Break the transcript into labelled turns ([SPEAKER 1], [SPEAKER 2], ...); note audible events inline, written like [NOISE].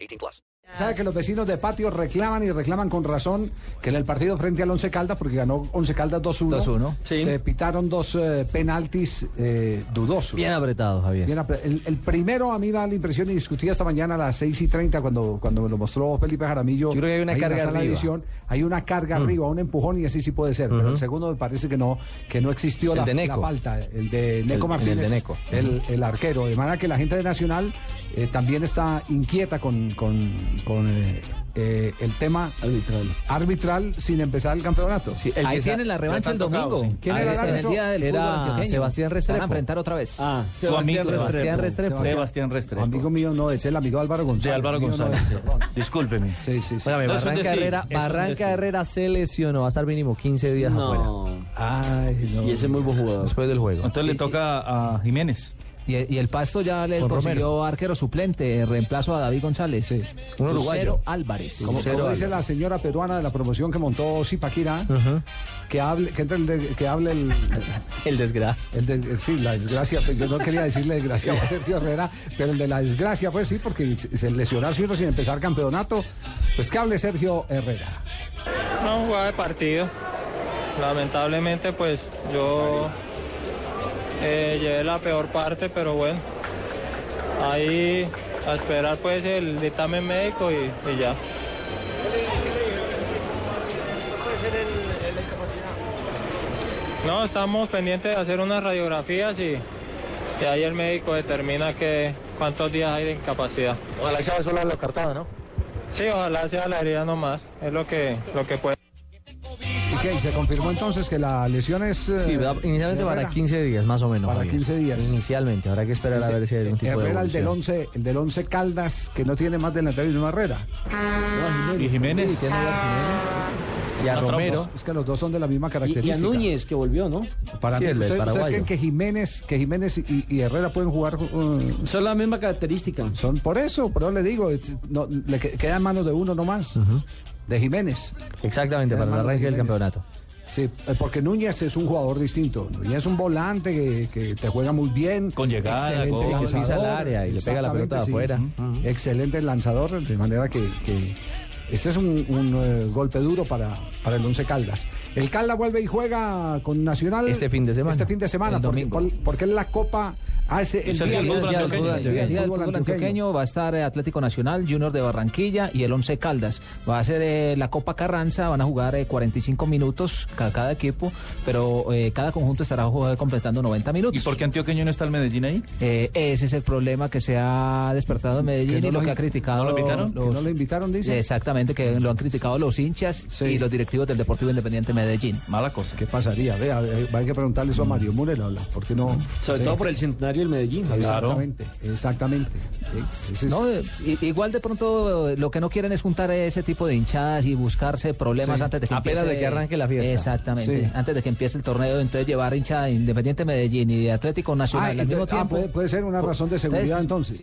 [SPEAKER 1] 18 plus.
[SPEAKER 2] ¿Sabe que los vecinos de patio reclaman y reclaman con razón que en el partido frente al Once Caldas, porque ganó Once Caldas 2-1,
[SPEAKER 3] 2-1, sí.
[SPEAKER 2] se pitaron dos eh, penaltis eh, dudosos.
[SPEAKER 3] Bien apretado, Javier.
[SPEAKER 2] Bien apre- el, el primero a mí me da la impresión, y discutí esta mañana a las 6 y 30 cuando, cuando me lo mostró Felipe Jaramillo.
[SPEAKER 3] Yo creo que hay una
[SPEAKER 2] ahí en la
[SPEAKER 3] carga
[SPEAKER 2] sala de
[SPEAKER 3] arriba. Mm.
[SPEAKER 2] edición, hay una carga arriba, un empujón y así sí puede ser. Pero el segundo me parece que no, que no existió
[SPEAKER 3] El
[SPEAKER 2] la,
[SPEAKER 3] de Neco.
[SPEAKER 2] la falta. El de Neco
[SPEAKER 3] el
[SPEAKER 2] Martínez.
[SPEAKER 3] de Neco.
[SPEAKER 2] el- el arquero. De manera que la gente de Nacional eh, también está inquieta con, con- con, eh, eh, el tema arbitral. sin empezar el campeonato.
[SPEAKER 3] Ahí tienen la revancha el domingo.
[SPEAKER 2] ¿Quién
[SPEAKER 3] Ahí
[SPEAKER 2] era el
[SPEAKER 3] está, en
[SPEAKER 2] árbitro?
[SPEAKER 3] día del
[SPEAKER 4] Era
[SPEAKER 3] fútbol antioqueño.
[SPEAKER 4] Sebastián Restrepo.
[SPEAKER 3] Se van a enfrentar otra vez.
[SPEAKER 4] Ah,
[SPEAKER 3] Su amigo, Sebastián Restrepo.
[SPEAKER 4] Sebastián Restrepo.
[SPEAKER 2] Amigo mío no es, el amigo Álvaro González.
[SPEAKER 4] de Álvaro
[SPEAKER 2] mío no
[SPEAKER 4] González.
[SPEAKER 3] [LAUGHS]
[SPEAKER 2] es, perdón.
[SPEAKER 4] Discúlpeme.
[SPEAKER 2] Sí, sí, sí.
[SPEAKER 3] Espérame,
[SPEAKER 4] No, es un
[SPEAKER 3] Barranca,
[SPEAKER 4] decir,
[SPEAKER 3] Herrera,
[SPEAKER 4] es un decir.
[SPEAKER 3] Barranca Herrera se lesionó. Va a estar mínimo 15 días afuera.
[SPEAKER 4] No.
[SPEAKER 2] Ay, no.
[SPEAKER 4] Y ese es muy buen jugador.
[SPEAKER 3] Después del juego.
[SPEAKER 5] Entonces le toca a Jiménez.
[SPEAKER 6] Y, y el Pasto ya le
[SPEAKER 3] Con
[SPEAKER 6] consiguió
[SPEAKER 3] Romero.
[SPEAKER 6] arquero suplente, en reemplazo a David González.
[SPEAKER 3] Un uruguayo.
[SPEAKER 6] Lucero Álvarez.
[SPEAKER 2] Como,
[SPEAKER 3] Cero
[SPEAKER 2] como dice la
[SPEAKER 3] Álvarez.
[SPEAKER 2] señora peruana de la promoción que montó Zipaquirá, que hable, que entre el, de- que hable el,
[SPEAKER 3] El desgracia.
[SPEAKER 2] el de- sí, la desgracia, pues, yo no quería decirle desgracia a Sergio Herrera, pero el de la desgracia, pues sí, porque se se lesionarse uno sin empezar campeonato, pues que hable Sergio Herrera.
[SPEAKER 7] No jugaba el partido. Lamentablemente, pues yo eh, llevé la peor parte, pero bueno, ahí a esperar pues el dictamen médico y, y ya. No, estamos pendientes de hacer unas radiografías y, y ahí el médico determina que, cuántos días hay de incapacidad.
[SPEAKER 3] Ojalá sea solo lo cartado, ¿no?
[SPEAKER 7] Sí, ojalá sea la herida nomás, es lo que, lo que puede.
[SPEAKER 2] ¿Y qué? ¿Y se confirmó entonces que la lesión es. eh,
[SPEAKER 3] Sí, va- inicialmente
[SPEAKER 2] de
[SPEAKER 3] para
[SPEAKER 2] Herrera?
[SPEAKER 3] 15 días, más o menos.
[SPEAKER 2] Para 15 días.
[SPEAKER 3] Inicialmente, habrá que esperar a ver si hay algún tipo de
[SPEAKER 2] Herrera, el del
[SPEAKER 3] evolución.
[SPEAKER 2] 11, el del 11 Caldas, que no tiene más delantero y no Herrera.
[SPEAKER 5] Y
[SPEAKER 3] Sí,
[SPEAKER 5] Jiménez.
[SPEAKER 3] tiene a Jiménez y a Romero.
[SPEAKER 2] Es que los dos son de la misma
[SPEAKER 4] Y, y
[SPEAKER 2] característica.
[SPEAKER 4] a Núñez, que volvió, ¿no?
[SPEAKER 2] Para
[SPEAKER 3] Sí,
[SPEAKER 2] mí,
[SPEAKER 3] el
[SPEAKER 2] ¿ustedes, ustedes
[SPEAKER 3] paraguayo.
[SPEAKER 2] creen que Jiménez, que Jiménez y, y Herrera pueden jugar? uh,
[SPEAKER 4] Son la misma característica.
[SPEAKER 2] son por eso, pero le digo, es- no, le que- queda en manos de uno nomás, de Jiménez.
[SPEAKER 3] Exactamente, para el
[SPEAKER 2] Hermano
[SPEAKER 3] arranque del
[SPEAKER 2] Jiménez.
[SPEAKER 3] campeonato.
[SPEAKER 2] Sí, eh, porque Núñez es un jugador distinto. Núñez es un volante que, que te juega muy bien.
[SPEAKER 5] Con llegada,
[SPEAKER 2] excelente
[SPEAKER 5] gol.
[SPEAKER 3] Que pisa
[SPEAKER 2] lanzador,
[SPEAKER 3] el área y le pega la pelota
[SPEAKER 2] exactamente,
[SPEAKER 3] afuera.
[SPEAKER 2] sí. Excelente lanzador, de manera que, que este es un, un, eh, golpe duro para, para el Once Caldas. El Caldas vuelve y juega con Nacional.
[SPEAKER 3] Este fin de semana.
[SPEAKER 2] Este fin de semana,
[SPEAKER 3] El
[SPEAKER 2] porque,
[SPEAKER 3] domingo.
[SPEAKER 2] por- porque es la Copa. Ah, ese-
[SPEAKER 5] Es
[SPEAKER 2] día del
[SPEAKER 5] el fútbol
[SPEAKER 2] día del
[SPEAKER 5] antioqueño.
[SPEAKER 2] fútbol
[SPEAKER 6] El día del fútbol
[SPEAKER 2] antioqueño.
[SPEAKER 6] antioqueño va a estar eh, Atlético Nacional, Junior de Barranquilla y el Once Caldas. Va a ser eh, la Copa Carranza, van a jugar eh, 45 minutos ca- cada equipo, pero eh, cada conjunto estará jugando- completando 90
[SPEAKER 5] ¿Y
[SPEAKER 6] minutos.
[SPEAKER 5] por qué Antioqueño no está el Medellín ahí?
[SPEAKER 6] Eh, ese es el problema que se ha despertado en Medellín
[SPEAKER 2] no
[SPEAKER 6] y
[SPEAKER 2] lo
[SPEAKER 6] lo que
[SPEAKER 2] in-
[SPEAKER 6] ha criticado.
[SPEAKER 5] ¿no lo invitaron?
[SPEAKER 2] Que no lo invitaron, dice.
[SPEAKER 6] Exactamente, que lo han criticado los hinchas
[SPEAKER 2] Sí.
[SPEAKER 6] y los directivos del Deportivo Independiente Medellín.
[SPEAKER 5] Mala cosa.
[SPEAKER 2] ¿Qué pasaría? Vea, eh, hay que preguntarle eso a Mario Murel, habla, ¿por qué no?
[SPEAKER 4] Sobre
[SPEAKER 2] Sí.
[SPEAKER 4] todo por el centenario del Medellín. Javier.
[SPEAKER 2] Exactamente, exactamente. Sí, ese es-
[SPEAKER 6] No, eh, i- igual de pronto eh, lo que no quieren es juntar ese tipo de hinchadas y buscarse problemas
[SPEAKER 2] Sí,
[SPEAKER 6] antes de que
[SPEAKER 3] apenas
[SPEAKER 6] empiece
[SPEAKER 3] de que arranque la fiesta.
[SPEAKER 6] Exactamente,
[SPEAKER 2] Sí.
[SPEAKER 6] antes de que empiece el torneo, entonces llevar hinchada de Independiente Medellín y de Atlético
[SPEAKER 2] Ah,
[SPEAKER 6] Nacional al mismo
[SPEAKER 2] entonces- ah,
[SPEAKER 6] tiempo.
[SPEAKER 2] puede, puede ser una razón de seguridad entonces.